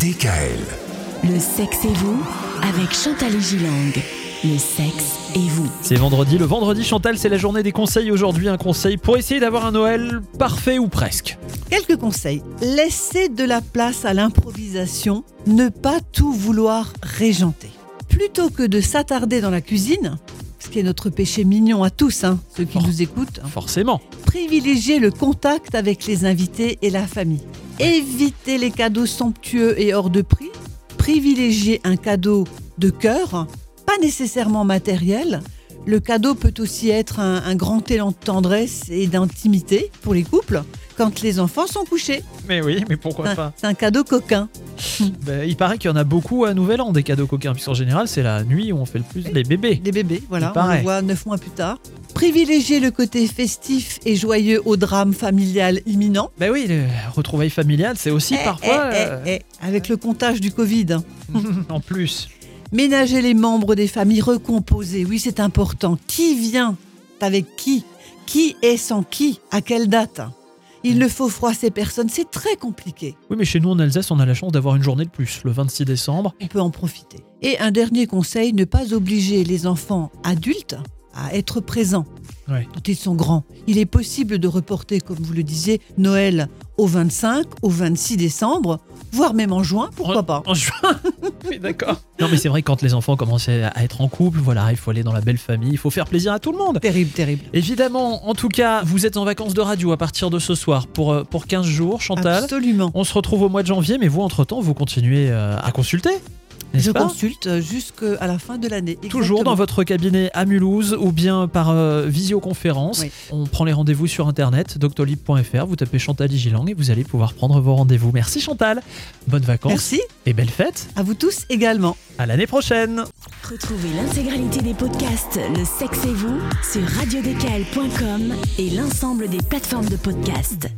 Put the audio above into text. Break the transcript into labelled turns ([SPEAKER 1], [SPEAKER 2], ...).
[SPEAKER 1] DKL.
[SPEAKER 2] Le sexe et vous avec Chantal Gilang. Le sexe et vous.
[SPEAKER 3] C'est vendredi. Le vendredi, Chantal, c'est la journée des conseils aujourd'hui. Un conseil pour essayer d'avoir un Noël parfait ou presque.
[SPEAKER 4] Quelques conseils. Laissez de la place à l'improvisation. Ne pas tout vouloir régenter. Plutôt que de s'attarder dans la cuisine, ce qui est notre péché mignon à tous, hein, ceux qui
[SPEAKER 3] Oh.
[SPEAKER 4] nous écoutent, hein,
[SPEAKER 3] Forcément.
[SPEAKER 4] privilégiez le contact avec les invités et la famille. Évitez les cadeaux somptueux et hors de prix. Privilégiez un cadeau de cœur, pas nécessairement matériel. Le cadeau peut aussi être un, un grand élan de tendresse et d'intimité pour les couples quand les enfants sont couchés.
[SPEAKER 3] Mais oui, mais pourquoi
[SPEAKER 4] C'est
[SPEAKER 3] pas
[SPEAKER 4] un- C'est un cadeau coquin.
[SPEAKER 3] Ben, Il paraît qu'il y en a beaucoup à Nouvel An des cadeaux coquins, puisqu'en général, c'est la nuit où on fait le plus les bébés.
[SPEAKER 4] Des bébés, voilà,
[SPEAKER 3] Il
[SPEAKER 4] on
[SPEAKER 3] paraît.
[SPEAKER 4] le voit neuf mois plus tard. Privilégier le côté festif et joyeux au drame familial imminent.
[SPEAKER 3] Ben oui, les retrouvailles familiales, c'est aussi
[SPEAKER 4] Eh,
[SPEAKER 3] parfois.
[SPEAKER 4] eh,
[SPEAKER 3] euh,
[SPEAKER 4] eh, eh, avec le comptage du Covid.
[SPEAKER 3] en plus.
[SPEAKER 4] Ménager les membres des familles recomposées, oui c'est important. Qui vient avec qui Qui est sans qui À quelle date Il ne faut froisser personne, c'est très compliqué.
[SPEAKER 3] Oui, mais chez nous en Alsace, on a la chance d'avoir une journée de plus, le 26 décembre.
[SPEAKER 4] on peut en profiter. Et un dernier conseil, ne pas obliger les enfants adultes à être présents
[SPEAKER 3] Ouais.
[SPEAKER 4] quand ils sont grands. Il est possible de reporter, comme vous le disiez, Noël au 25, au 26 décembre, voire même en juin, pourquoi
[SPEAKER 3] En-
[SPEAKER 4] pas.
[SPEAKER 3] En juin Oui, d'accord. Non, mais c'est vrai, que quand les enfants commencent à à être en couple, voilà, il faut aller dans la belle famille, il faut faire plaisir à tout le monde.
[SPEAKER 4] Terrible, terrible.
[SPEAKER 3] Évidemment, en tout cas, vous êtes en vacances de radio à partir de ce soir pour, euh, pour 15 jours, Chantal.
[SPEAKER 4] Absolument.
[SPEAKER 3] On se retrouve au mois de janvier, mais vous, entre-temps, vous continuez euh, à consulter, n'est-ce
[SPEAKER 4] Je
[SPEAKER 3] pas
[SPEAKER 4] consulte jusqu'à la fin de l'année.
[SPEAKER 3] Toujours dans
[SPEAKER 4] Exactement.
[SPEAKER 3] votre cabinet à Mulhouse ou bien par euh, visioconférence.
[SPEAKER 4] Oui.
[SPEAKER 3] On prend les rendez-vous sur internet, doctolib.fr, vous tapez Chantal Gilang et vous allez pouvoir prendre vos rendez-vous. Merci Chantal, bonnes vacances
[SPEAKER 4] Merci
[SPEAKER 3] et belles fêtes.
[SPEAKER 4] à vous tous également.
[SPEAKER 3] À l'année prochaine
[SPEAKER 2] Retrouvez l'intégralité des podcasts Le sexe et vous sur radiodécal.com et l'ensemble des plateformes de podcasts.